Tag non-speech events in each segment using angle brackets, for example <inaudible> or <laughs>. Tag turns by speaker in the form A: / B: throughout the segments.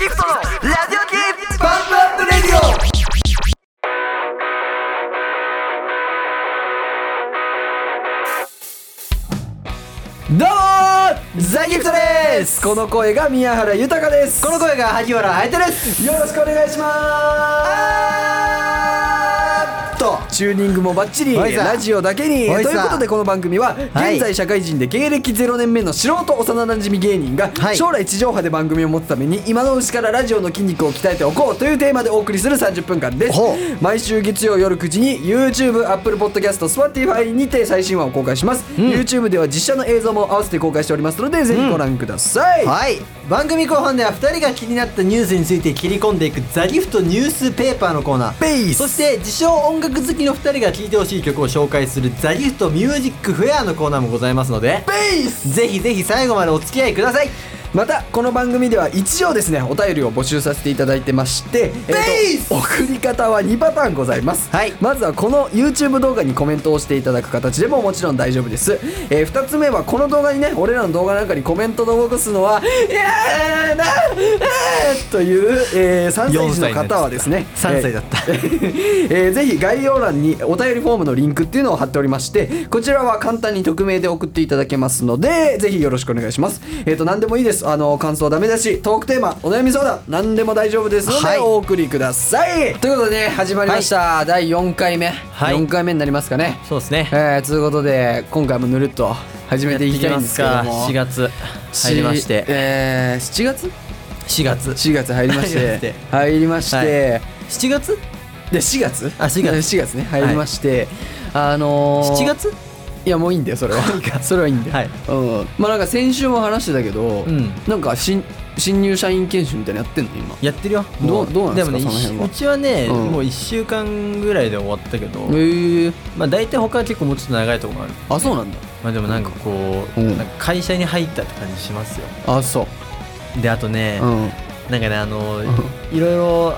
A: ギフトのラジオ系バンドアップレディオ
B: どうもーザギフトですこの声が宮原豊ですこの声が萩原あえてですよろしくお願いしますとチューニングもバッチリ
A: おいさ
B: ラジオだけに
A: おいさ
B: ということでこの番組は
A: はい
B: 現在社会人で芸歴0年目の素人幼なじみ芸人が
A: はい
B: 将来地上波で番組を持つために今のうちからラジオの筋肉を鍛えておこうというテーマでお送りする30分間です
A: ほ
B: 毎週月曜夜9時に YouTube、Apple Podcast、Spotify にて最新話を公開します、YouTube では実写の映像も合わせて公開しておりますのでぜひご覧ください、
A: はい番組後半では2人が気になったニュースについて切り込んでいく「ザギフトニュースペーパー」のコーナー
B: ペース
A: そして自称音楽好きの2人が聴いてほしい曲を紹介する「ザギフトミュージックフェア」のコーナーもございますので
B: ペース
A: ぜひぜひ最後までお付き合いください
B: またこの番組では一応ですねお便りを募集させていただいてまして、
A: ペイ
B: ーと送り方は2パターンございます、
A: はい
B: まずはこの YouTube 動画にコメントをしていただく形でももちろん大丈夫です、え2つ目はこの動画にね俺らの動画なんかにコメントを残すのは「いやーなえーという、えー、3歳児の方はですね
A: 4歳だった
B: えー <laughs> えーぜひ概要欄にお便りフォームのリンクっていうのを貼っておりましてこちらは簡単に匿名で送っていただけますのでぜひよろしくお願いしますえっ、と何でもいいですあの感想ダメだしトークテーマお悩み相談何でも大丈夫ですので、
A: はい
B: お送りくださいということでね始まりました、第4回目、
A: い
B: 4回目になりますかね
A: そうですね
B: えー、ということで今回もぬるっと始めていきたいんですけども
A: 4月入りまして
B: えー、7月
A: 4月
B: 4月入りまして入りまして、
A: 7月
B: で4月
A: あ4月
B: 4月ね入りまして、あのー、
A: 7月
B: いやもういいんだよそれ
A: いいか
B: はそれはいいんだよ、
A: はい
B: うん、まあなんか先週も話してたけど、
A: うん
B: なんか新新入社員研修みたいなのやってんの今
A: やってるよ
B: ど
A: も
B: うどうなんですか
A: でも
B: その辺
A: ね
B: は
A: うちはね、
B: うん
A: もう1週間ぐらいで終わったけど、
B: へえ
A: まあ大体他は結構もうちょっと長いところもある
B: あそうなんだ
A: まあでもなんかこう、
B: うん
A: なんか会社に入ったって感じしますよ
B: あそう
A: であとね、
B: うん
A: なんかねあの、
B: ん
A: いろいろ、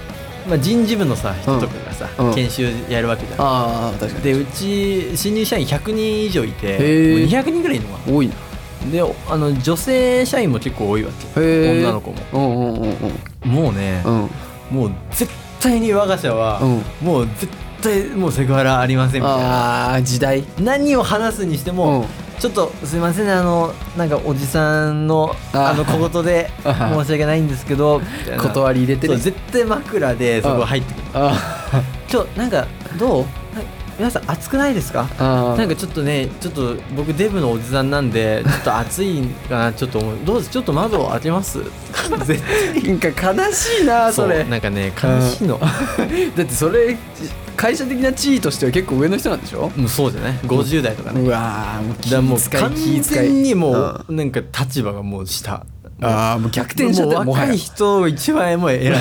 A: まあ、人事部のさ人とかがさ、
B: うん
A: 研修やるわけじゃん
B: ああ確かに
A: でうち新入社員100人以上いてもう
B: へー
A: 200人ぐらいいるのか
B: 多いな
A: なであの女性社員も結構多いわけ
B: へえ
A: 女の子も
B: うんうんうんうん
A: もうね、
B: うん
A: もう絶対に我が社は、
B: うん
A: もう絶対もうセクハラありませんみたいな
B: ああ時代
A: 何を話すにしても、
B: うん
A: ちょっとすいませんねあのなんかおじさんの
B: あー
A: あの小言で
B: <laughs> あはは
A: 申し訳ないんですけどみたいな
B: 断り入れて
A: そう
B: ね
A: 絶対枕でそこ入ってくる
B: あー
A: ちょなんかどう <laughs> なんか皆さん暑くないですか
B: あー
A: なんかちょっとねちょっと僕デブのおじさんなん
B: <laughs>
A: でちょっと暑いかなちょっと思うどうですちょっと窓を開けます
B: <laughs>
A: 絶対
B: なんか悲しいなそれ
A: うなんかね悲しいの
B: だってそれ会社的な地位としては結構上の人なんでしょ
A: もうそうじゃない50代とかね
B: うわーもう
A: だからもう
B: 気遣
A: 完
B: い気遣い
A: 全にも
B: ん
A: うなんか立場がもう下
B: ああもう逆転しちゃってる
A: も
B: も
A: う
B: は
A: 若
B: や
A: い人を一番もう偉い
B: <laughs>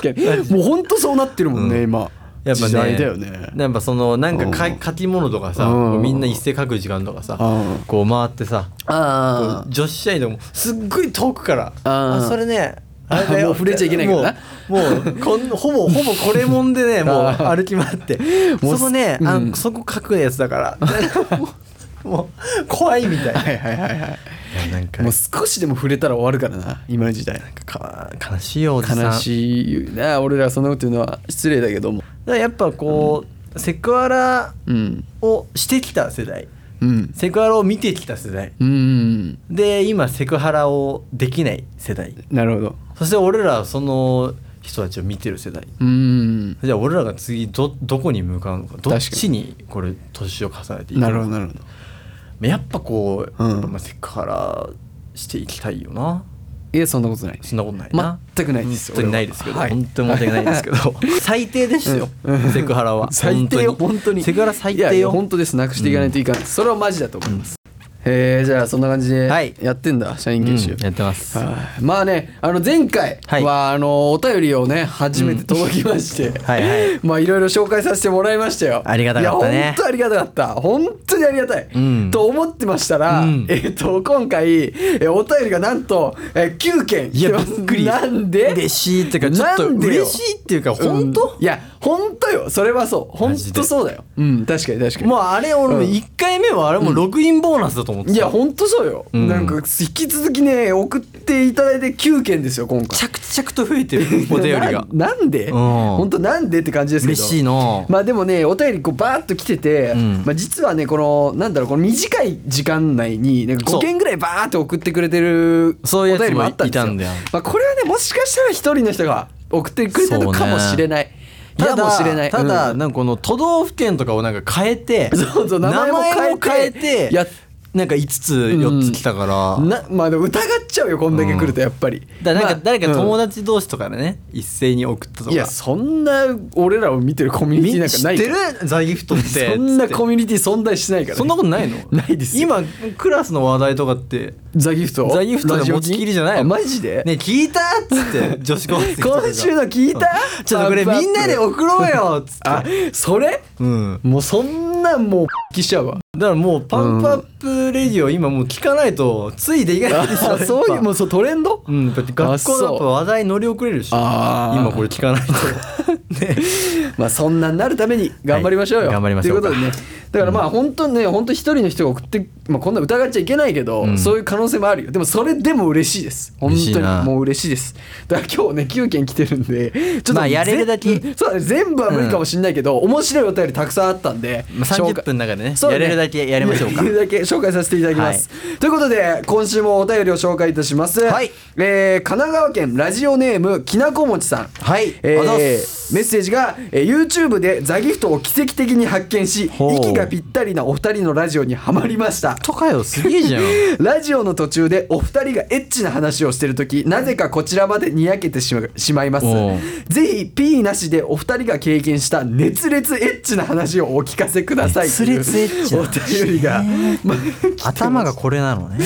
B: 確かにもうほんと <laughs> そうなってるもんね、
A: うん
B: 今
A: やっぱ
B: <laughs> 時代
A: ね
B: だよね
A: やっぱそのなんかか
B: うん
A: 書き物とかさ
B: うん
A: こうみんな一斉書く時間とかさ
B: うん
A: こう回ってさ
B: あ
A: 女子社員でもすっごい遠くから
B: あー
A: あそれ
B: <laughs>
A: ねあれだよ
B: もう触れちゃいけないからな
A: もうもうこんほぼほぼこれもんでねもう
B: <laughs> あー
A: 歩き回って
B: もう
A: そこね
B: うん
A: あのそこ書くやつだから
B: <laughs>
A: もうもう怖いみたいな
B: はいはいはいはい
A: なんか
B: もう少しでも触れたら終わるからな今の時代
A: か悲しいよおじさん
B: 悲しいな俺らそんなこと言うのは失礼だけども
A: だからやっぱこう、セクハラ
B: うん
A: をしてきた世代
B: うん
A: セクハラを見てきた世代
B: うん
A: で今セクハラをできない世代
B: なるほど
A: そして俺らはその人たちを見てる世代
B: うん
A: じゃあ俺らが次どどこに向かうのかどっ
B: 確か
A: ちにこれ年を重ねていく
B: なるほど
A: ど
B: なるほど
A: やっぱこう、
B: うん
A: やっぱまあセクハラしていきたいよない
B: やそんなことないです
A: そんなことないな
B: 全くないですよ
A: 本当にないですけど、
B: 俺ははい
A: 本当に申し訳ないですけど
B: <laughs>
A: 最低ですよ、セクハラは
B: 最低よ
A: 本当
B: 本当に
A: セクハラ最低
B: い
A: よ
B: やいや本当ですなくしていかないといかん、それはマジだと思います、へえじゃあそんな感じで
A: はい
B: やってんだ、社員研修、
A: うんやってます
B: はいまあねあの前回は、
A: はい
B: あのお便りをね初めて届きまして、
A: <laughs> はいはい
B: <laughs> まあいろいろ紹介させてもらいましたよ
A: ありがたかったね
B: いや本当ありがたかった本当にありがたい、
A: うん
B: と思ってましたら、
A: うん
B: えっ、と今回、えお便りがなんと、え9件
A: い
B: 来て
A: や
B: ま
A: び
B: す
A: っくり
B: なんで
A: 嬉しいっていうかちょっと
B: なんでよ
A: 嬉しいっていうか本当、
B: うんいや本当よそれはそう本
A: マジで
B: 当そうだようん確かに確かに
A: もうあれ俺も
B: うん
A: 1回目はあれもログインボーナスだとと思って
B: い
A: た
B: やほんとそうよ、
A: ん
B: なんか引き続きね送っていただいて9件ですよ今回
A: 着々と増えてるお便りが
B: ななんで、
A: ん
B: ほんとなんでって感じですけど
A: 嬉しいなあ
B: まあでもねお便りこうバーッと来てて、
A: ん
B: まあ、実はねこのなんだろうこの短い時間内になんか
A: そ
B: 5
A: う
B: 件ぐらいバーッと送ってくれてる
A: そういうやつも
B: お便りあったんですよ
A: いたんだよ
B: まあ、これはねもしかしたら一人の人が送ってくれてるのかもしれない、いや
A: ただ
B: もしれない
A: ただ、
B: うん
A: なんかこの都道府県とかをなんか変えて
B: そうそう名前も変えて
A: 名前も変えて
B: や
A: なんか5つ4つ来たから、だか
B: なまあでも疑っちゃうよこんだけ来るとやっぱり、
A: らなんか
B: まあ
A: 誰か
B: うん
A: 友達同士とかでね、一斉に送ったとか
B: いやそんな俺らを見てるコミュニティなんかないから
A: 知ってるザギフトって
B: そんな
A: つって
B: コミュニティ存在しないからね、
A: そんなことないの
B: ないですよ
A: 今クラスの話題とかって
B: ザギフト
A: ザギフト
B: ラ
A: の
B: ジオ
A: 持
B: に
A: ちきりじゃない
B: あ
A: の
B: マジで、
A: ね聞いたっつ
B: <laughs>
A: って女子高生とかが
B: 今週の聞いた、
A: ちょっとこれ
B: パンプアップ
A: みんなで送ろうよっつって
B: あそれ
A: うん
B: もうそんなんもう <laughs> 気しちゃ
A: <laughs>
B: うわ
A: だからもうパンプアップレディオ今もう聞かないとついていけないですよ
B: あそういうもうそうトレンド、
A: うん、だって学校だ
B: あ
A: と
B: そう
A: 話題乗り遅れるし
B: あー
A: 今これ聞かないとね
B: <laughs> まあそんなんなるために頑張りましょうよ、
A: はい頑張りましょう
B: と
A: か
B: いうことでねだからまあ本当にね本当一人の人が送って、まあ、こんな疑っちゃいけないけど、
A: ん
B: そういう可能性もあるよでもそれでも嬉しいです本
A: 嬉し
B: 当
A: いな
B: にもう嬉しいですだから今日ね9件来てるんでちょっと
A: まあやれるだけ
B: ぜそうだね全部は無理かもしれないけど、面白いお便りたくさんあったんで、
A: まあ
B: 紹
A: 30
B: 介
A: 分の中でね
B: そうだ
A: や
B: ね
A: れるだけやりましょうか
B: できるだけ紹介させていただきます、ということで今週もお便りを紹介いたします、
A: はい
B: えー神奈川県ラジオネームきなこもちさん
A: <laughs> はい
B: えー
A: あざっ
B: メッセージが、えー YouTube でザギフトを奇跡的に発見し
A: ほう
B: 息がぴったりなお二人のラジオにはまりました
A: とかよすげえじゃ <laughs> ん
B: <laughs> ラジオの途中でお二人がエッチな話をしてる時なぜかこちらまでにやけてしましまいます
A: おう
B: ぜひ P なしでお二人が経験した熱烈エッチな話をお聞かせくださいという
A: 熱烈エッチな話
B: お便りが、ま
A: 頭がこれなのね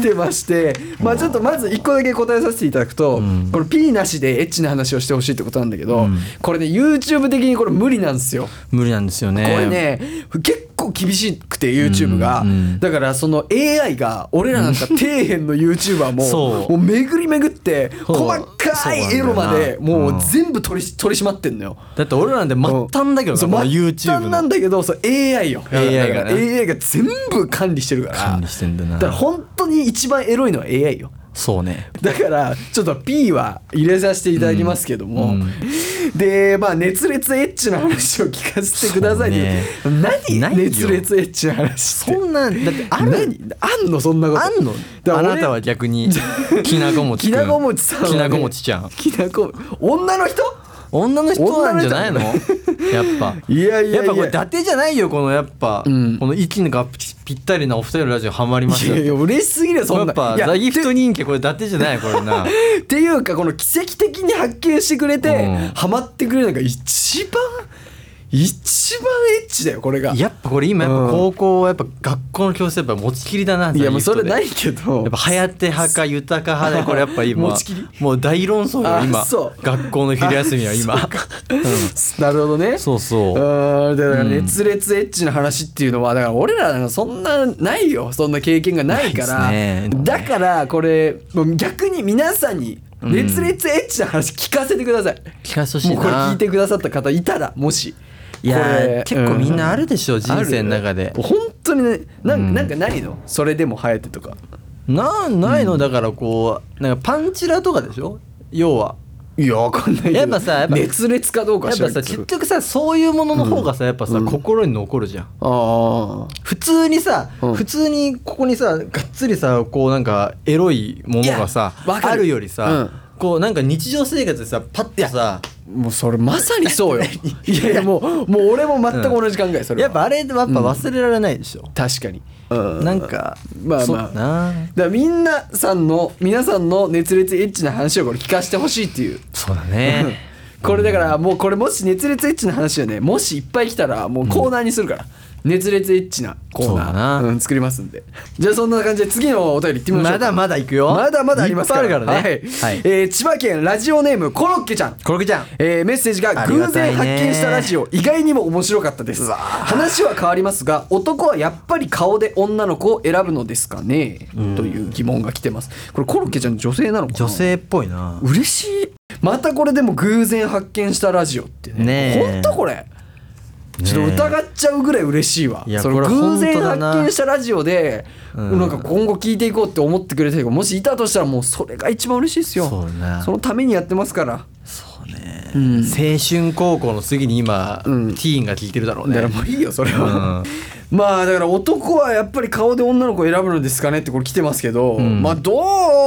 B: 来てまして、まあ、ちょっとまず1個だけ答えさせていただくと、これ P なしでエッチな話をしてほしいってことなんだけど、これね YouTube 的にこれ無理なんですよ。
A: 無理なんですよね
B: これね結構厳しくて YouTube が、
A: うんうん
B: だからその AI が俺らなんか底辺の YouTuber も
A: そう
B: もう巡り巡って
A: そう
B: 細かいエロ
A: そうなん
B: まで
A: だよな
B: もううん全部取り取り締まってんのよ。
A: だって俺らなんて末端だけどな
B: そう
A: この
B: 末
A: YouTube
B: 端なん
A: の
B: だけどそう AI よ
A: AI がね
B: だから AI が全部管理してるから
A: 管理してんだな
B: だから本当に一番エロいのは AI よ
A: そうね
B: だからちょっと P は入れさせていただきますけども、
A: うん
B: でまあ熱烈エッチな話を聞かせてくださいね
A: そう
B: 何
A: ないよ
B: 熱烈エッチな話って
A: そんなだってある
B: 何あんのそんなこと
A: あんの
B: だか
A: あ
B: ら俺
A: なたは逆にきなこもち
B: <laughs> き
A: くん
B: なこもちさんはね
A: きなこもちちゃん
B: きなこ女の人
A: 女の人なんじゃないのやっぱ
B: いやいやいや
A: やっぱこれ伊達じゃないよこのやっぱ、
B: ん
A: この息がぴったりなお二人のラジオハマりまし
B: い
A: た
B: やい
A: よ
B: や嬉しすぎるよそ
A: や
B: んな
A: っぱ
B: いや
A: ザギフト人気これ伊達じゃないこれな
B: っていうかこの奇跡的に発見してくれて、
A: うん
B: ハマってくれるのが一番一番エッチだよこれが
A: やっぱこれ今やっ
B: うん
A: ぱ高校やっぱ学校の教室やっぱ持ちきりだない
B: やもうそれないいけど
A: やっぱ早手派か豊か派でこれやっぱ今
B: <laughs> 持ちきり
A: もう大論争よ
B: あ
A: 今
B: そう
A: 学校の昼休みは今
B: あそうか <laughs> なるほどね
A: そうそう
B: うんだから熱烈エッチな話っていうのはだから俺らなんかそんなないよそんな経験がないから
A: ないっすね
B: だからこれもう逆に皆さんに熱烈エッチな話聞かせてください、
A: 聞かせてほしい
B: も
A: な
B: うこれ聞いてくださった方いたらもし
A: いや
B: これ
A: ー結構みんなあ
B: う
A: るでしょ、人生の中で
B: あるよ本当にねなん,、なんかないのそれでも生えてとか
A: なないのだからこうなんかパンチラとかでしょ要はい
B: やわかんないけど
A: やっぱさやっぱ
B: 熱烈かどうか
A: やっ
B: 知ら
A: ぱ
B: んけ
A: さ
B: ど
A: 結局さそういうものの方がさやっぱさ、心に残るじゃん
B: ああ
A: 普通にさ、
B: うん
A: 普通にここにさがっつりさこうなんかエロいものがさ
B: いやわかる
A: あるよりさ、
B: うん
A: こうなんか日常生活でさパッてさ
B: もうそれまさにそうよ <laughs> いやいやもうもう俺も全く同じ考えそれ
A: や
B: は
A: っぱあれはやっぱ忘れられないでしょ、
B: 確かに
A: なんか
B: まあまあ
A: そうだな
B: だからみんなさんの皆さんの熱烈エッチな話をこれ聞かせてほしいっていう
A: そうだね
B: <laughs> これだからもうこれもし熱烈エッチな話をねもしいっぱい来たらもうコーナーにするから、熱烈エッチなコー
A: そ
B: ナ
A: うだな
B: ーうん、作りますんでじゃあそんな感じで次のお便りいってみましょう
A: まだまだいくよ
B: まだまだありますから
A: いっぱいあるからね
B: は
A: はいい
B: えー千葉県ラジオネームコロッケちゃん
A: コロケちゃん
B: えーメッセージが
A: あり
B: 偶
A: がたい
B: 然
A: ね
B: 発見したラジオ意外にも面白かったです話は変わりますが男はやっぱり顔で女の子を選ぶのですかね、という疑問が来てますこれコロッケちゃん女性なのかな
A: 女性っぽいな
B: 嬉しいまたこれでも偶然発見したラジオってね
A: ねえ
B: ほんとこれちょっと疑っちゃうぐらい嬉しいわ
A: いや
B: その
A: これ
B: 偶然
A: 本当だ
B: 発
A: な
B: 見したラジオで、
A: うん
B: なんか今後聞いていこうって思ってくれた人がもしいたとしたらもうそれが一番嬉しいですよ
A: そうね
B: のためにやってますから
A: そうね、
B: うん
A: 青春高校の次に今、
B: うん
A: ティーンが聞いてるだろう
B: だか
A: ね
B: らもういいよそれ
A: う
B: は、
A: ん
B: まあだから男はやっぱり顔で女の子を選ぶのですかねってこれ来てますけど、
A: ん
B: まあど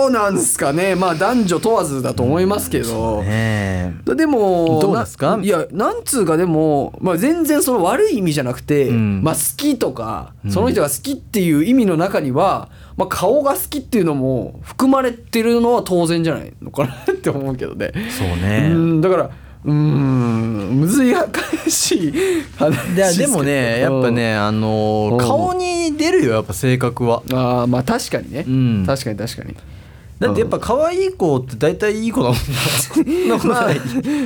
B: うなんすかねまあ男女問わずだと思いますけど、
A: ね
B: だでも
A: どうですか
B: ないやなんつうかでも、まあ、全然その悪い意味じゃなくて、
A: うん
B: まあ、好きとかその人が好きっていう意味の中には、まあ、顔が好きっていうのも含まれてるのは当然じゃないのかなって思うけどね。
A: えそうね
B: うんだからうーんむずい話話
A: いやでもねやっぱねあのー
B: うん
A: 顔に出るよやっぱ性格は
B: うんあーまあ確かにね、
A: うん
B: 確かに確かに
A: だってやっぱ可愛い子って大体いい子だもんなそんなこと
B: <laughs> まあ
A: <laughs> ない、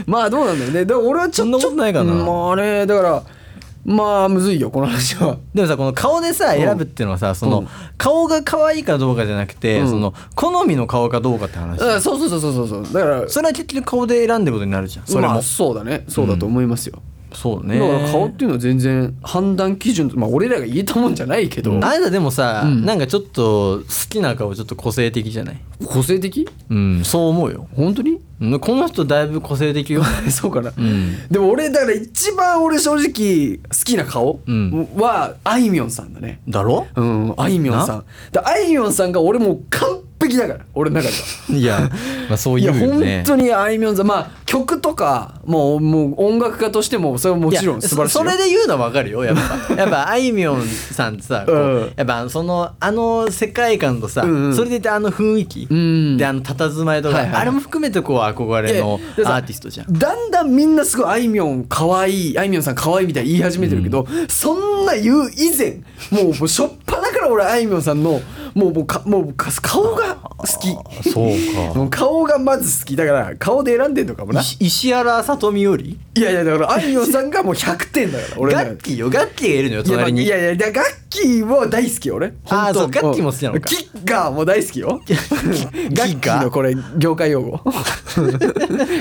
B: まあどうなんだよねで俺はちょ
A: そんなことないかな
B: ちょうんまああれだからまあむずいよこの話
A: <laughs>
B: は。
A: でもさこの顔でさ選ぶっていうのはさその、
B: うん
A: 顔が可愛いかどうかじゃなくて、
B: うん
A: その好みの顔かどうかって話、
B: うんそうそうそうそうそうそうだから
A: それは結局顔で選んでることになるじゃんそれも、
B: まあそうだねそうだと思いますよ、
A: そうね
B: だから顔っていうのは全然判断基準まあ俺らが言えたもんじゃないけど、
A: あなたでもさ、
B: うん
A: なんかちょっと好きな顔ちょっと個性的じゃない
B: 個性的
A: うんそう思うよ
B: 本当に
A: うんこの人だいぶ個性的よ
B: そうかな、
A: ん
B: でも俺だから一番俺正直好きな顔
A: うん
B: はあいみょん <laughs> さんだね
A: だろ
B: うんあいみょんさんであいみょんさんが俺もう完璧だから俺の中では。
A: いや、 <laughs> まあ、そう
B: い
A: い
B: や
A: うよね
B: 本当にあいみょんさんまあ曲とかもうもう音楽家としてもそれはもちろん素晴らしい
A: や
B: よ
A: そそれで言うのはわかるよやっ
B: <laughs>
A: ぱやっぱあいみょんさんってさ、こう
B: うん
A: やっぱそのあの世界観とさ、
B: うんうん
A: それでいてあの雰囲気、
B: ん
A: であの佇まいとか、
B: はいはいはい
A: あれも含めてこう憧れの
B: ででさ
A: アーティストじゃん
B: だんだんみんなすごいあいみょん可愛いあいみょんさん可愛いみたいに言い始めてるけど、そんな言う以前もうもうしょっぱなから俺あいみょんさんのもうもうかもうか顔が好き
A: そう
B: もう顔がまず好きだから顔で選んでんのかもな
A: 石石原さとみより
B: いやいやだからあいみょんさんがもう100点だか
A: <laughs>
B: ら俺の
A: ガ
B: 中
A: ッ
B: で
A: キーよガッキーがいるのよ
B: いやまあ
A: 隣に
B: いやいやだからガッキーも大好きよ俺
A: あー
B: 本当
A: そうガッキーも好きなのか
B: ギッガーも大好き
A: <laughs>
B: よガッキーのこれ業界用語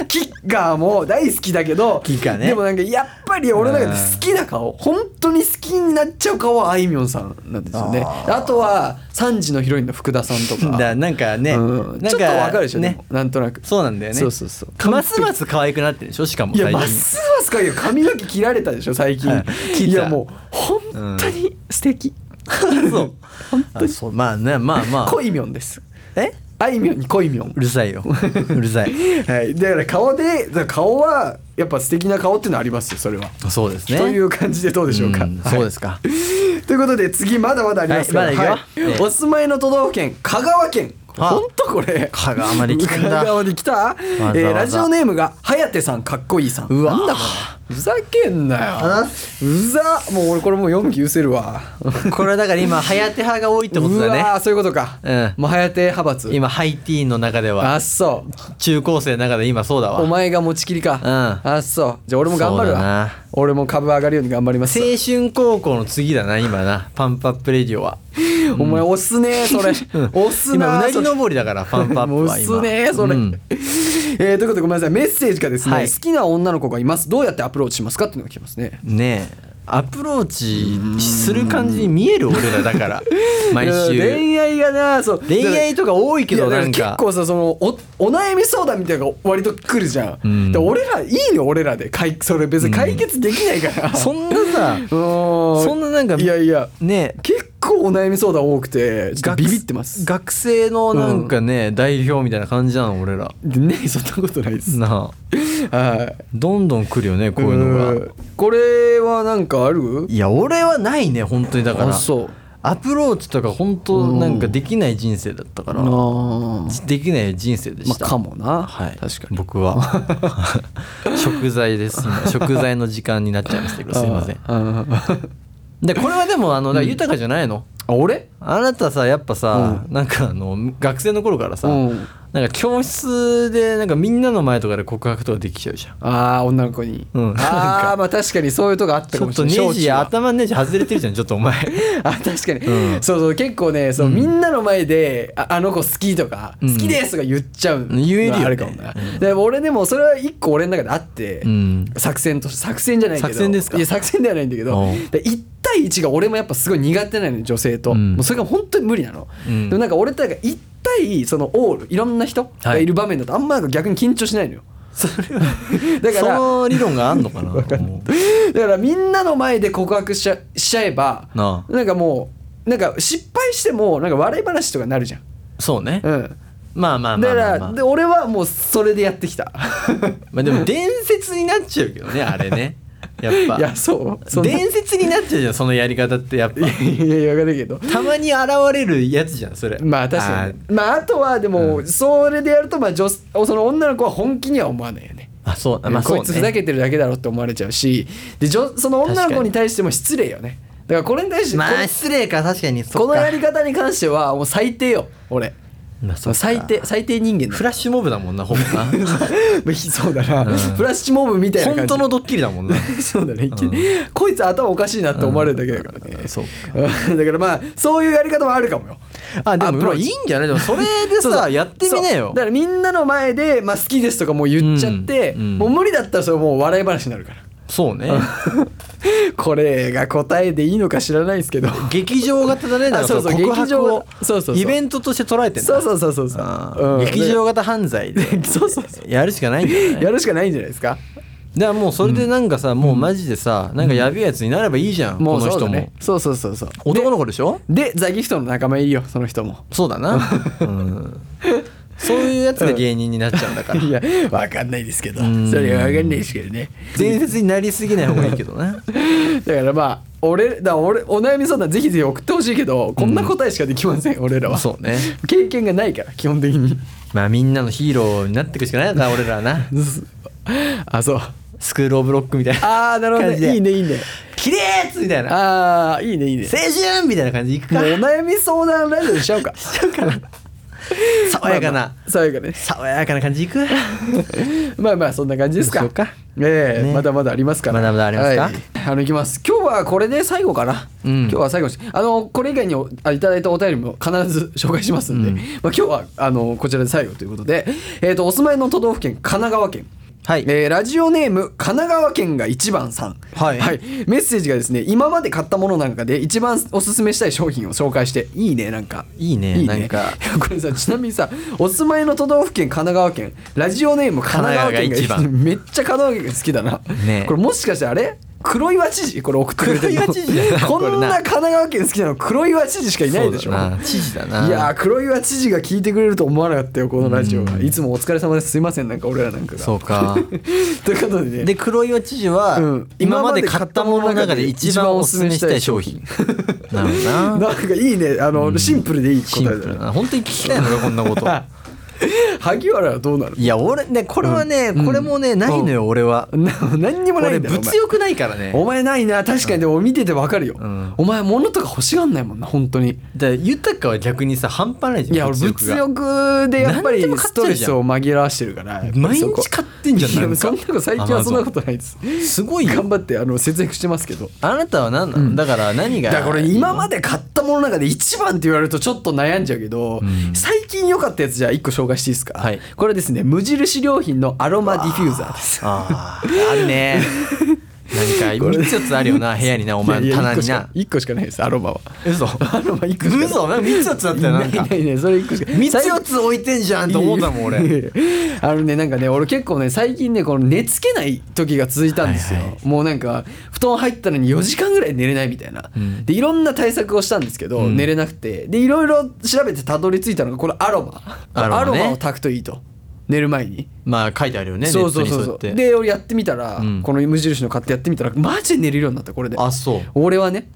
B: キッガーも大好きだけど
A: キッガーね
B: でもなんかやっぱり俺の中で好きな顔本当に好きになっちゃう顔はあいみょんさんなんですよねあとは3時のヒロインの福田さんとか
A: だなんかね、
B: うん
A: なん
B: ちょっとわかるでしょ
A: ね
B: ねなんとなく
A: そうなんだよね
B: そうそうそう
A: ますます可愛くなってるでしょしかも
B: いや
A: 最近
B: ますますかよ髪の毛切られたでしょ最近、
A: はい切った
B: いやもう本当に素敵、
A: そう
B: 本当
A: あ
B: に
A: そうまあねまあまあ
B: 恋みょんです
A: え
B: あいみょんに恋みょん
A: うるさ
B: <laughs>
A: いようるさい
B: はいだから顔でだから顔はやっぱ素敵な顔っていうのはありますよそれは、
A: そうですね
B: という感じでどうでしょうか、
A: ん
B: はい
A: そうですか
B: <laughs> ということで次まだまだありますから、
A: はいまだ行くよ
B: はい
A: ええ
B: お住まいの都道府県香川県
A: はあ
B: ほんとこれ
A: 香川まで来たんだ
B: 香川で来た、
A: わざ
B: えーラジオネームが「はやてさんかっこいいさん」
A: うわ
B: なんだこれふざけんなようざもう俺これもう読む気うせるわ
A: これだから今はやて派が多いってこと
B: うわ
A: だね
B: そういうことか、
A: うん
B: もうはやて派閥
A: 今ハイティーンの中で
B: あ
A: は
B: っそう
A: 中高生の中で今そうだわ
B: お
A: 青
B: 前が持ちきりか、
A: うん
B: あっそうじゃあ俺も頑張る
A: そうだ
B: わ
A: な
B: 俺も株上がるように頑張ります
A: 春高校の次だな今なパンプアップレディオは
B: お前押すねそれ押す
A: 今う
B: な
A: なぎ登りだからパンプアップ
B: もう
A: は
B: っ
A: 今
B: すねそれ、
A: うん
B: <laughs> えーということでごめんなさいメッセージがですね、
A: はい
B: 好きな女の子がいますどうやってアプローチしますかっていうのが来てますね
A: ねえアプローチする感じに見える俺らだから
B: <laughs>
A: 毎
B: いや
A: 週
B: 恋愛がなそう
A: 恋愛とか多いけど
B: いや
A: なん
B: 結
A: か
B: 構さそのおお悩み相談みたいなのが割と来るじゃん、
A: ん
B: で俺らいいの俺らでかいそれ別に解決できないから、 <laughs>
A: そんなさそ
B: そ
A: んななんか
B: いやいや
A: ねえ
B: 結構お悩み相談多くてちょっと
A: 学
B: ビビってます
A: 学生のなんかね、代表みたいな感じなの俺ら
B: ねそんなことないです
A: なあ
B: はい
A: どんどん来るよねこういうのが
B: んこれはなんかある
A: いや俺はないね本当にだから
B: あそう
A: アプローチとか本当なんかできない人生だったから、
B: あ
A: できない人生で
B: まあ
A: した、
B: かもな、
A: はい
B: 確かに
A: 僕は <laughs> 食材です今食材の時間になっちゃいましたけどすいません
B: あーあー
A: でこれはでもあのだから豊かじゃないの、
B: あ俺
A: あなたさやっぱさ、なんかあの学生の頃からさ、
B: うん
A: なんか教室でなんかみんなの前とかで告白とかできちゃうじゃん
B: あー女の子に、
A: うん
B: ああまあ確かにそういうとこあった
A: ち
B: か
A: ょ
B: も
A: っ
B: しれ
A: と
B: ない
A: ネ
B: 小
A: ジ
B: 中は
A: 頭ネジ外れてるじゃんちょっとお前
B: <laughs> あ確かに、
A: うん
B: そうそう結構ねそう、みんなの前であ「あの子好き」とか「
A: うん
B: 好きです」とか言っちゃうの
A: 言えるよね
B: あるかもな、でも俺でもそれは一個俺の中であって、
A: うん
B: 作戦として作戦じゃないけど
A: 作戦ですか
B: いや作戦ではないんだけど
A: うん
B: で1対1が俺もやっぱすごい苦手なのよ女性と、
A: うん
B: もうそれが本当に無理なの、
A: うん
B: でもなんか俺ってなんか1対そのオールいろんな人がいる場面だとあんまなんか逆に緊張しないのよ
A: それは
B: だから
A: その理論があんの
B: <laughs>
A: かなもう
B: だからみんなの前で告白しちゃしちゃえば
A: な
B: なんかもうなんか失敗してもなんか笑い話とかになるじゃん、
A: そうね、
B: うん、
A: まあまあ
B: だ
A: まあ
B: か
A: まあ、
B: ら、
A: まあ
B: で俺はもうそれでやってきた
A: <laughs> まあでも伝説になっちゃうけど
B: <laughs>
A: ねあれねやっぱ
B: いやそうそんない
A: 伝説になっちゃうじゃんそのやり方ってやっぱ
B: <laughs> や <laughs> いや分かるけど
A: たまに現れるやつじゃんそれ
B: まあ確かにねまああとはでも、それでやるとまあ女その女の子は本気には思わないよね
A: ああそうまあそう
B: こいつふざ
A: ね
B: けてるだけだろって思われちゃうしで女その女の子に対しても失礼よねだからこれに対してこ,、
A: まあ失礼か確かにそっか
B: このやり方に関してはもう最低よ俺
A: まあそっか
B: 最低最低人間だ
A: フラッシュモブだもんなほぼな
B: <laughs> まあそうだな、
A: うん
B: フラッシュモブみたいな感
A: 本
B: じ
A: 当のドッキリだもんな
B: そうだね、一気にこいつ頭おかしいなって思われるだけだからね、
A: うんそう
B: <laughs> だからまあそういうやり方 <laughs> もあるかもよ
A: あでも
B: アプ
A: ま
B: ロ
A: あ
B: ー
A: い
B: チ
A: いんじゃないでもそれで
B: <laughs> そうそ
A: さ
B: う
A: やってみな
B: そう
A: よ
B: だからみんなの前で、まあ、好きですとかもう言っちゃって、
A: うんうん
B: もう無理だったらそれもう笑い話になるから <laughs>
A: そうね
B: これが答えでいいのか知らないですけど
A: 劇場型だねだから
B: あそうそう
A: の告白を
B: 劇場そうそうそう
A: イベントとして捉えてんだ
B: そうそうそうそうそう
A: あ
B: う
A: ー
B: ん
A: 劇場型犯罪で
B: <laughs> そうそうそ
A: やるしかないんじゃないう
B: やるしかないんじゃないですか
A: だからもうそれでなんかさ、もうマジでさなんかやべえやつになればいいじゃん、
B: も
A: この
B: うそう
A: 人
B: だ
A: も、
B: ねそうそうそうそう
A: 男の子でしょ
B: でザ・ギフトの仲間いるよその人も
A: そうだな、うん、そういうやつが芸人になっちゃうんだから
B: いやわかんないですけど
A: ん
B: それはわかんないですけどね
A: 伝説になりすぎない方がいいけど
B: <laughs>
A: な
B: だからまあ俺だ俺お悩み相談ぜひぜひ送ってほしいけどこんな答えしかできません、俺らは
A: そうね
B: 経験がないから基本的に
A: まあみんなのヒーローになっていくしかないんだ俺らはな
B: <laughs> あそう
A: スクール・オブ・ロックみたいな
B: ああなるほど
A: 感じで
B: ねいいねいいね
A: キレーッみたいな
B: ああいいねいいね
A: 青春みたいな感じでいく
B: も
A: か
B: うお悩み相談ラジオにしちゃうか
A: 爽やか
B: ま
A: な
B: あまあ爽やかね
A: 爽やかな感じいく
B: <laughs> まあまあそんな感じですか
A: そうしようか
B: ええ
A: ね
B: まだまだありますから
A: まだまだありますか
B: はい、あのいきます今日はこれで最後かな、
A: うん
B: 今日は最後にあのこれ以外におあいただいたお便りも必ず紹介しますんで、
A: うん
B: まあ、今日はあのこちらで最後ということで、えー、とお住まいの都道府県神奈川県
A: はい
B: えーラジオネーム神奈川県が一番さん、
A: はい
B: メッセージがですね今まで買ったものなんかで一番おすすめしたい商品を紹介していいねなんか
A: いいねなんか
B: <laughs> これさちなみにさお住まいの都道府県神奈川県ラジオネーム神奈川県が
A: 神奈川が一
B: めっちゃ神奈川県が好きだな、
A: ね
B: これもしかしてあれ黒岩知事これ送ってくれてるの
A: 黒岩知事だな
B: こん
A: これ
B: な
A: な
B: 神奈川県好きなの黒岩知事しかいないでしょ
A: そうだな知事だない
B: やー黒岩知事が聞いてくれると思わなかったよこのラジオがいつもお疲れ様ですすいませんなんか俺らなんかが
A: そうか
B: ということでね
A: で黒岩知事は、
B: うん
A: 今まで買ったものの中で一番おすすめしたい商品なの
B: <laughs> な
A: か
B: ん
A: な
B: かいいねあの、シンプルでいい答
A: シ
B: え
A: ン
B: だ
A: プルだ
B: ね
A: な本当に聞きたいのかこん
B: <laughs>
A: なこと
B: 萩原はどうなる
A: いや俺ねこれはね、これもねないのよ、俺は
B: な何にもない
A: 俺
B: んだよお
A: 物
B: 前
A: 欲ないからね
B: お前ないな確かにでも見ててわかるよ、
A: ん
B: お前物とか欲しがんないもんな本当に
A: で豊かは逆にさ半端ないじゃん
B: いや俺物欲でやっぱ
A: 何
B: り
A: でも買
B: ス
A: っち
B: ト
A: ゃうじゃ
B: レ
A: ん
B: スを紛らわしてるから
A: 毎日買ってんじゃん
B: い
A: な
B: や
A: ん
B: そん
A: か
B: なこと最近はそんなことないです
A: すごいよ
B: 頑張ってあの節約してますけど
A: あなたは何なの、だから何が
B: だからこれ今ま
A: で
B: で買ったものの中で一番って言われるとちょっと悩んじゃうけど、
A: ん
B: 最近良かったやつじゃあ一個紹介していいですか、
A: はい
B: これですね無印良品のアロマディフューザーです
A: あーある
B: <laughs>
A: ねなんか3つ4つあるよな部屋になお前
B: い
A: の
B: やいや
A: 棚にな
B: 一個しか一個しかないですアロマは
A: <laughs> 嘘
B: アロマ一個しかない
A: 嘘なんか3つ4つあったよ
B: な
A: ないんか
B: ないないそれ一個しか
A: 3つ
B: 最近
A: 4つ置いてんじゃんと思ったもん
B: いや
A: 俺
B: いやいや <laughs> あのねなんかね俺結構ね最近ねこの寝つけない時が続いたんですよ、
A: はいは
B: もうなんか布団入ったのに4時間ぐらい寝れないみたいな、
A: うん
B: でいろんな対策をしたんですけど、
A: うん
B: 寝れなくてでいろいろ調べてたどり着いたのがこのアロマ
A: アロマね
B: を炊くといいと寝る前に。
A: まあ書いてあるよね
B: そうそうそう
A: ネ
B: そ
A: ッ
B: う
A: トにやって
B: で俺やってみたら、
A: うん
B: この無印の買ってやってみたらマジで寝れるようになったこれで
A: あそう
B: 俺はね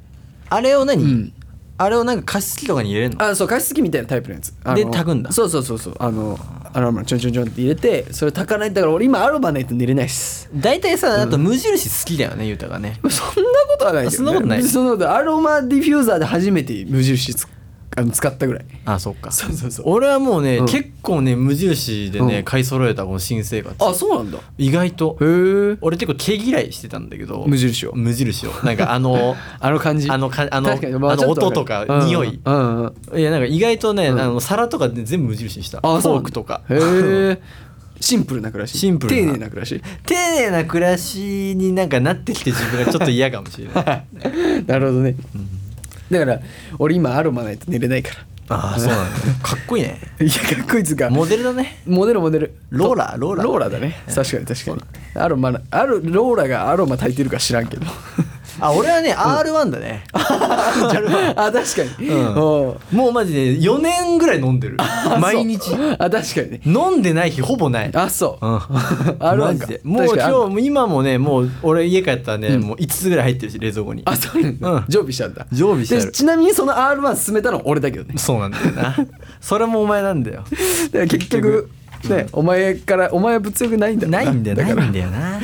A: あれを何、
B: ん
A: あれをなんか加湿器とかに入れるの
B: あそう加湿器みたいなタイプのやつあの
A: で炊くんだ
B: そうそうそうそうあのアロマのちょんちょんちょんって入れてそれ炊かないだから俺今アロマないと寝れないっす
A: 大体さあと無印好きだよねゆうたがね
B: そんなことはないけど、ね、
A: そんなことない
B: そんなことアロマディフューザーで初めて無印つあの使ったぐらい
A: あそっか
B: そうそうそう
A: 俺はもうね、
B: うん
A: 結構ね無印でね、
B: うん
A: 買い揃えたこの新生活
B: あそうなんだへ
A: 意外と
B: え
A: 俺結構毛嫌いしてたんだけど
B: 無印を
A: 無印をなんかあ
B: <laughs>
A: の
B: あの感じ
A: あのかあの
B: 確かにま
A: あ
B: ち
A: の
B: ょっ
A: 音
B: わ
A: と
B: か
A: か
B: る
A: 匂い、
B: うんうんうんうん
A: いやなんか意外とね、
B: うん
A: あの皿とかで全部無印にしたフ
B: あ
A: ォ
B: そうな
A: ー
B: んだ
A: クとか
B: へえシンプルな暮らし
A: シンプル
B: 丁
A: な
B: 寧な暮らし
A: <laughs>
B: <laughs>
A: 丁寧な暮らしになんかなってきて自分がちょっと嫌かもしれない
B: <laughs> なるほどね、だから俺今アロマないと寝れないか
A: ああそうなんだかっこいいね
B: らいやかっこいいっつうか
A: モデルだね
B: モデルモデル
A: ローラローラ
B: ローラだね確かに確かにアロマなあるローラがアロマ炊いてるか知らんけど
A: あ俺はね、R1 だ <laughs> ね R1
B: あ確かに、
A: うん
B: おう
A: もうマジで4年ぐらい飲んでる
B: あ
A: 毎日
B: そうあ確かにね
A: 飲んでない日ほぼない
B: あそう、
A: うん、
B: あるわ
A: マジ
B: け
A: で
B: 確かに
A: もう
B: ある
A: 今日今もねもう俺家帰ったらね、もう5つぐらい入ってるし冷蔵庫に
B: あそうなんだ、
A: うん
B: 常備したんだ
A: 常備してある
B: でちなみにその R1 進めたの俺だ
A: <laughs>
B: けどね
A: そうなんだよなそれもお前なんだよ
B: だから結局ね、お前からお前は物欲ないんだろう
A: ないんだよ
B: だから
A: ないんだよな、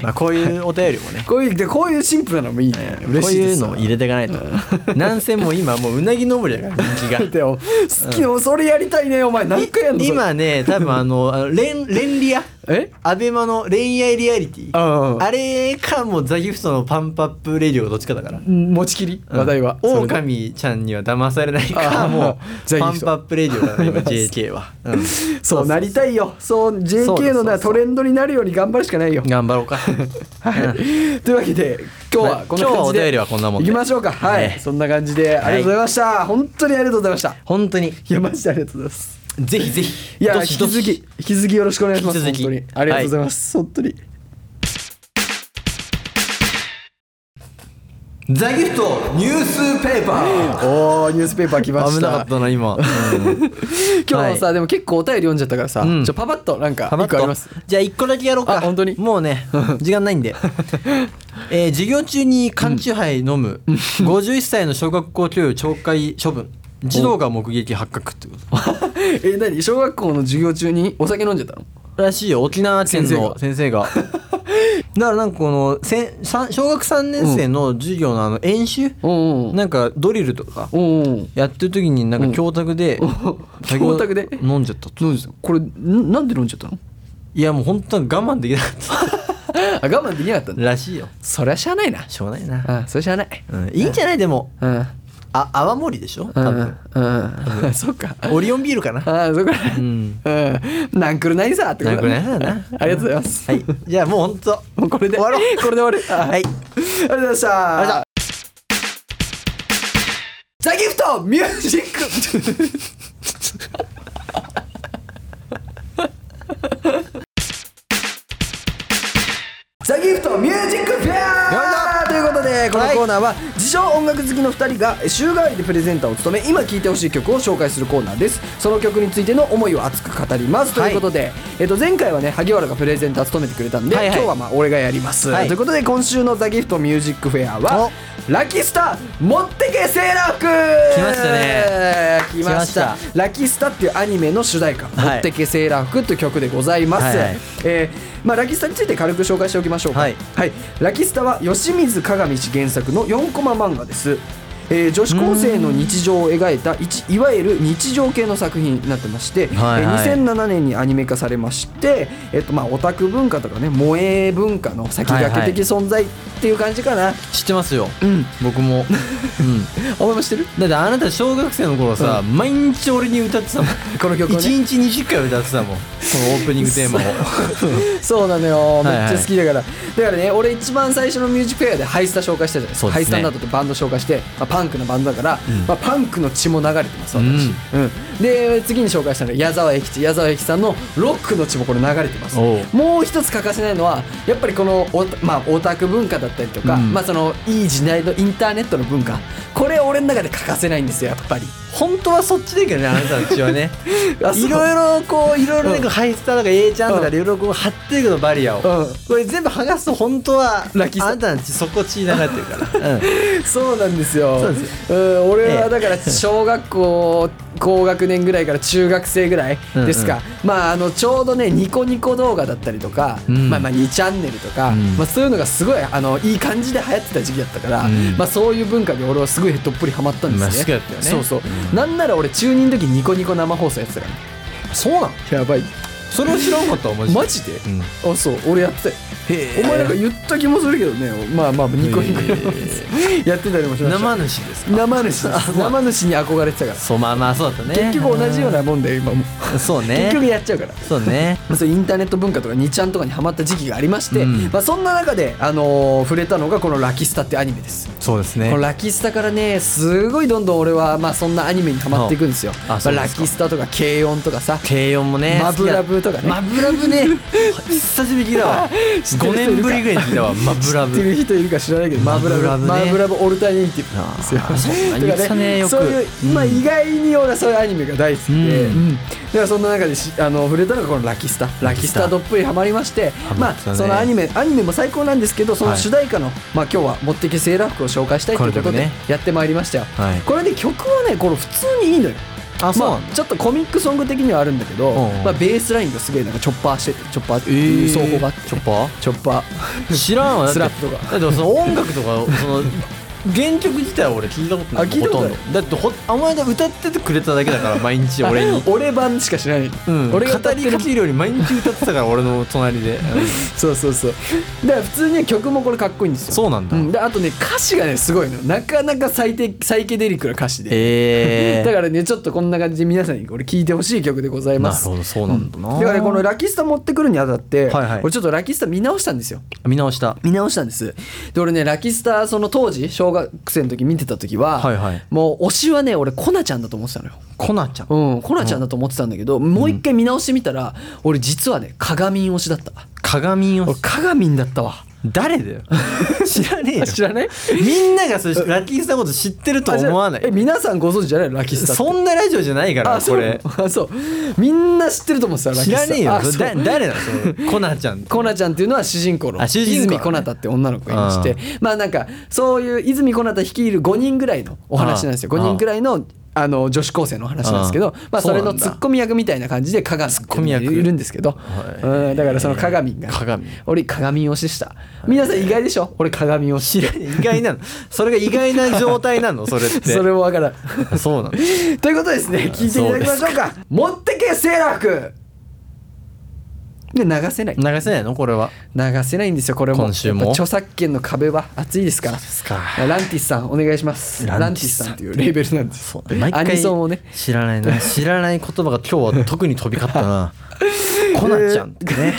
A: まあ、こういうお便りもね
B: こういうでこういうシンプルなのもいいね嬉
A: こう
B: しい
A: い
B: で
A: う
B: す
A: のを入れていかないとなんせもう今もううなぎ登りだから <laughs> 人気が
B: <laughs> だってよ好きのそれやりたいねお前何回やんのそれ
A: 今ね多分あのあの恋 <laughs> 恋リア
B: え
A: アベマの恋愛リアリティ
B: ああ
A: あれかもザギフトのパンプアップレディオがどっちかだから
B: 持ちきり話題は
A: オオ
B: それ
A: カ
B: で
A: ミちゃんには騙されない
B: あ
A: か
B: ー
A: <laughs> も
B: ザ
A: うパ
B: ギフト
A: ンプアップレディオだ
B: <laughs>
A: ね今 JK は、うん
B: そうなりたいよそう
A: そうで
B: JK
A: す
B: のな
A: そ
B: ト
A: うです
B: レンドになるように頑張るしかないよ
A: 頑張ろう <laughs> か
B: はい <laughs> というわけで今日はこんな
A: 今日は
B: 感
A: お
B: じで
A: 便りはこんなもんで
B: いきましょうかは
A: ね
B: いそんな感じでありがとうございました本当にありがとうございました
A: 本当に
B: いやマジでありがとうございます
A: ぜひぜひ
B: いや
A: ど
B: 引き
A: しど
B: 続
A: し
B: き引き続きよろしくお願いします
A: 引
B: 本
A: き
B: 当
A: 続き
B: にありがとうございます本当に
A: ザギフトニュースペーパー
B: おーニュースペーパー来ました
A: 危なかったな今、うん
B: 今日さ、でも結構お便り読んじゃったからさ、
A: うん
B: ちょパパッとなんか
A: パパ
B: <laughs> 一
A: ッと
B: 個あ
A: <laughs>
B: ります
A: じゃあ1個だけやろうか
B: あ本当に
A: もう
B: <laughs>
A: ね時間ないんでえー授業中に缶チューハイ飲む、51歳の小学校教諭懲戒処分児童が目撃発覚ってこと
B: え何小学校の授業中にお酒飲んじゃったの
A: らしいよ沖縄県の先 <laughs> 生がだからなんかこのせんさん小学3年生の授業のあの演習、
B: うんうん
A: なんかドリルとか
B: うんうん
A: やってる時になんか教託で、酒を
B: 教託で
A: 飲んじゃったと
B: 飲んじゃったこれんなんで飲んじゃったの <laughs>
A: いやもう本当に我慢できなかっ
B: あ我慢できなかっ
A: <laughs>
B: たん
A: た
B: だ
A: らしいよ
B: そりゃしゃあないな
A: しょうがないな、
B: あそりゃしゃあない
A: うん、いいんじゃないでも
B: うん
A: あ泡盛でしょ多
B: うん
A: 分
B: うんそっか
A: オリオンビールかな
B: あーそっか
A: うん
B: うんなんくるないさってことだね
A: なんくるないさだな
B: ありがとうございます
A: はいじゃあもうほんと
B: もうこれで
A: 終わろう
B: これで終わるあ
A: はい
B: ありがとうございました
A: ありがとう
B: ザギフトミュージックザギフトミュージックフェアということでこのコーナーは自称音楽好きの2人が週替わりでプレゼンターを務め今聴いてほしい曲を紹介するコーナーですその曲についての思いを熱く語りますと
A: はい
B: いうことで、えっと前回はね萩原がプレゼンターを務めてくれたんで、
A: はいはい
B: 今日はまあ俺がやります、
A: はい
B: ということで今週の「ザギフトミュージックフェアはラッキースター持ってけセーラー服
A: 来ましたね
B: 来まし
A: 来ま
B: た
A: し
B: ラッキースターっていうアニメの主題歌「
A: はい
B: 持ってけセーラー服」という曲でございます、
A: はいはい
B: えーまあ、ラキスタについて軽く紹介しておきましょうか、
A: はい
B: ラキスタは吉水鏡氏原作の4コマ漫画です、えー女子高生の日常を描いたいちいわゆる日常系の作品になってまして、
A: はいはい
B: えー2007年にアニメ化されまして、えっとまあ、オタク文化とかね萌え文化の先駆け的存在っていう感じかな、
A: 知ってますよ
B: うん
A: 僕 <laughs> もうん
B: お前もしてる
A: だってあなた小学生の頃さ、毎日俺に歌って <laughs> たもん
B: この曲をね
A: 一日20回歌ってたもんそのオープニングテーマを
B: <laughs> そうなのよめ
A: はい
B: っ
A: はい
B: ちゃ好きだから、だからね俺一番最初のミュージックフェアでハイスタ紹介したじゃないです
A: そ
B: か
A: うです
B: ハ
A: ね
B: イスタンダードってバンド紹介して、まあ、パンクのバンドだから、まあ、パンクの血も流れてます私、うんで次に紹介したのが矢沢永吉矢沢永吉さんのロックの血もこれ流れてます
A: おう
B: もう一つ欠かせないのはやっぱりこのオタ,、まあ、オタク文化だったりとか、
A: うん
B: まあ、そのいい時代のインターネットの文化これ俺の中で欠かせないんですよやっぱり。
A: 本当はそっちだけどねあなたの血は <laughs> ね
B: <laughs> あそ
A: い
B: う
A: ろいろこういろいろね
B: うん
A: こうハイスターとか A ちゃんとかでいろいろこう貼ってるけどバリアを、
B: うん
A: これ全部剥がすと本当は
B: ラッキースター
A: あなたの血そこ血流れてるから、うん
B: そうなんですよ。
A: そうです
B: うん、俺
A: え
B: は
A: え
B: だから小学校 <laughs> 高学年ぐらいから中学生ぐらいですか。
A: うん
B: まああのちょうどねニコニコ動画だったりとか、
A: うん
B: まあまあ2チャンネルとか、
A: うん
B: まあそういうのがすごいあのいい感じで流行ってた時期だったから、
A: うん
B: まあそういう文化に俺はすごいどっぷりハマったんですね。
A: まあ好きだったよね
B: そうそう。なんなら俺中2の時ニコニコ生放送やってたか
A: そうなん
B: らやばい
A: それを知らんかったわマジで
B: マジで、
A: うん
B: あそう俺やってたよ
A: へ
B: お前なんか言った気もするけどねまあまあニコニコ
A: へ
B: やってたりもしました
A: 生主ですか
B: 生主生主に憧れてたから
A: そうまあまあそうだね
B: 結局同じようなもんだよ今も
A: そうね
B: 結局やっちゃうから
A: そうね
B: まあそういうインターネット文化とか2ちゃんとかにハマった時期がありまして、
A: うん
B: まあ、そんな中で、あのー触れたのがこの「ラキスタ」ってアニメです、
A: そうです
B: この「
A: ね
B: ラキスタ」からねすごいどんどん俺は、まあ、そんなアニメにハマっていくんですよ
A: あそう
B: まあ
A: で
B: ラ
A: すか
B: キスタとか軽音とかさ
A: 軽音もね
B: マブラブとかね
A: マブラブね久しぶりだ <laughs> わ
B: 知ってる
A: 5
B: 人い
A: 年
B: るか
A: ぶりぐらいに出たわマブラ
B: 知って
A: ブ
B: る人いるか知らないけどマ
A: マ
B: ブ
A: ブ
B: ラ
A: ラ
B: ブ
A: ブ
B: マ
A: ね
B: ブラブオルタネイティブなんですよ
A: あーそう
B: とか
A: 言ってたねよく
B: そういう、まあ、意外に俺はそういうアニメが大好きで、
A: うん
B: うんだからそんな中でしあの触れたのがこの「ラキスタ」ラキスタどっぷりハマりまして
A: ハ
B: ま
A: マ
B: あ
A: ったね
B: そのアニメアニメも最高なんですけどその
A: はい
B: 主題歌の、まあ、今日は「持ってけセーラー服」を紹介したいということ
A: これ
B: で
A: 曲ね
B: やってまいりましたよ、
A: はい
B: これで曲はねこれ普通にいいのよ
A: あそうなん
B: ま
A: だ
B: あ、ちょっとコミックソング的にはあるんだけど、
A: うんうん
B: まあ、ベースラインがすごいなんかチョッパーしててチョッパーっていう奏法があって、
A: チョッパー
B: チョッパー
A: 知らんわだって
B: スラップとか
A: だってその音楽とかその原曲自体は俺聞いたことな
B: あ
A: い
B: 聞いた
A: ほと
B: ことない
A: んどだってほお前が歌っててくれただけだ
B: <laughs>
A: から毎日俺に
B: 俺版しかしない、
A: うん俺
B: 俺が歌
A: 語
B: って
A: りか
B: る
A: けるより毎日歌ってたから俺の隣
B: <laughs>
A: で、うん
B: そうそうそうだから普通に曲もこれかっこいいんですよ
A: そうなんだ、
B: うん、であとね歌詞がねすごいのなかなかサイテサイケデリックな歌詞で、
A: ええ
B: だからねちょっとこんな感じで皆さんにこれ聴いてほしい曲でございます
A: なるほどそうなんだな
B: だからねこの「ラキスタ」持ってくるにあたって、
A: はいはい
B: 俺ちょっと「ラキスタ」見直したんですよ
A: 見直した
B: 見直したんですで俺ね「ラキスタ」その当時小学生の時見てた時は、
A: はいはい
B: もう推しはね俺コナちゃんだと思ってたのよ
A: コナちゃん
B: うん、コナちゃんだと思ってたんだけど、もう一回見直してみたら俺実はね鏡推しだった
A: 鏡を
B: 俺鏡だった <laughs> わ
A: 誰だよ知らねえよ
B: らない
A: みんながそれラッキースターこと知ってると
B: あじゃあ
A: 思わない
B: え皆さんご存知じゃないのラキスタって
A: そんなラジオじゃないから
B: あ
A: こ
B: そう
A: れ
B: あそうみんな知ってると思うんですよラキ
A: 知
B: スタ
A: らねえよ
B: あ
A: それ
B: そ
A: だ
B: う
A: 誰なのそのコナちゃん
B: コナちゃんっていうのは主人公の
A: あ主人公
B: 泉コナタって女の子がいましてまあなんかそういう泉コナタ率いる5人ぐらいのお話なんですよ
A: うん
B: 5人ぐらいのあの女子高生の話なんですけど
A: うん
B: まあそれ
A: そうな
B: の
A: んだ
B: ツッコミ役みたいな感じで鏡ツッ
A: コミ役
B: いるんですけど
A: はい
B: うんだからその鏡が
A: 鏡
B: 俺鏡推しでした皆さん意外でしょ俺鏡推し
A: 知らねえ意外なのそれが意外な状態なのそれって <laughs>
B: それもわからん
A: そうなの
B: ということですね聞いていただきましょうか持ってけセーラー服で流せない
A: 流せないのこれ <laughs> は
B: 流せないんですよこれも
A: 今週も
B: やっぱ著作権の壁は厚いですから
A: ですか
B: ランティスさんお願いしますラ
A: ラ
B: ン
A: ン
B: テ
A: ティ
B: ィス
A: ス
B: さ
A: さ
B: ん
A: ん
B: というレーベルなんです
A: そう毎
B: ア
A: 回
B: ニソンをね
A: 知らない <laughs> な知らない言葉が今日は特に飛び交った <laughs> なコナちゃんってね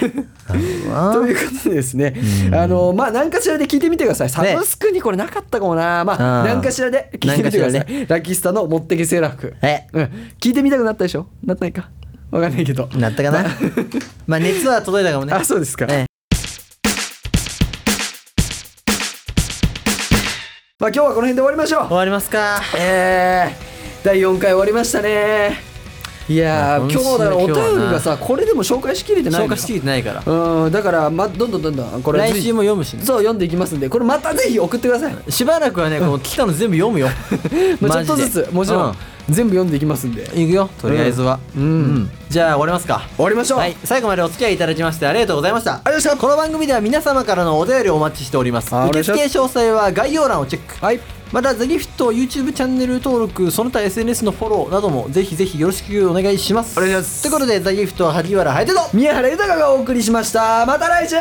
A: なるほど
B: と
A: な
B: いうことでですね、あのまあ何かしらで聞いてみてくださいサブスクにこれなかったかもな、まあ
A: あー
B: 何かしらで聞いてみてくださ
A: 何
B: い、
A: かし
B: ラキスタの持ってけセーラー服
A: <laughs> え
B: うん、聞いてみたくなったでしょなってないかわかんないけど
A: なったかな <laughs> まあ熱は届いたかもね
B: あそうですか、
A: ええ
B: まあ今日はこの辺で終わりましょう
A: 終わりますか
B: えー、第4回終わりましたねいやー
A: まあ
B: 今日だからお
A: 今週の今日はな
B: 便りがさこれでも紹介しきれてないの
A: 消
B: よ
A: 化しきれてないから
B: うんだから、ま、どんどんどんどんこれ
A: 来週も読むしね
B: そう読んでいきますんでこれまたぜひ送ってください、ま
A: しばらくはねこの来たの全部読 <laughs> むよ
B: あ、ちょっとずつもちろん、全部読んでいきますんで
A: いくよとりあえずは
B: うん
A: んじゃあ終わりますか
B: 終わりましょう、
A: はい、最後までお付き合いいただきましてありがとうございましたこの番組では皆様からのお便りをお待ちしております
B: あお願い
A: 受
B: します
A: 付詳細は概要欄をチェック
B: はい
A: またザギフト YouTube チャンネル登録その他 SNS のフォローなどもぜひぜひよろしくお願いします
B: お願いします
A: ということでザギフトは萩原ハイテと
B: 宮原豊がお送りしましたまた来週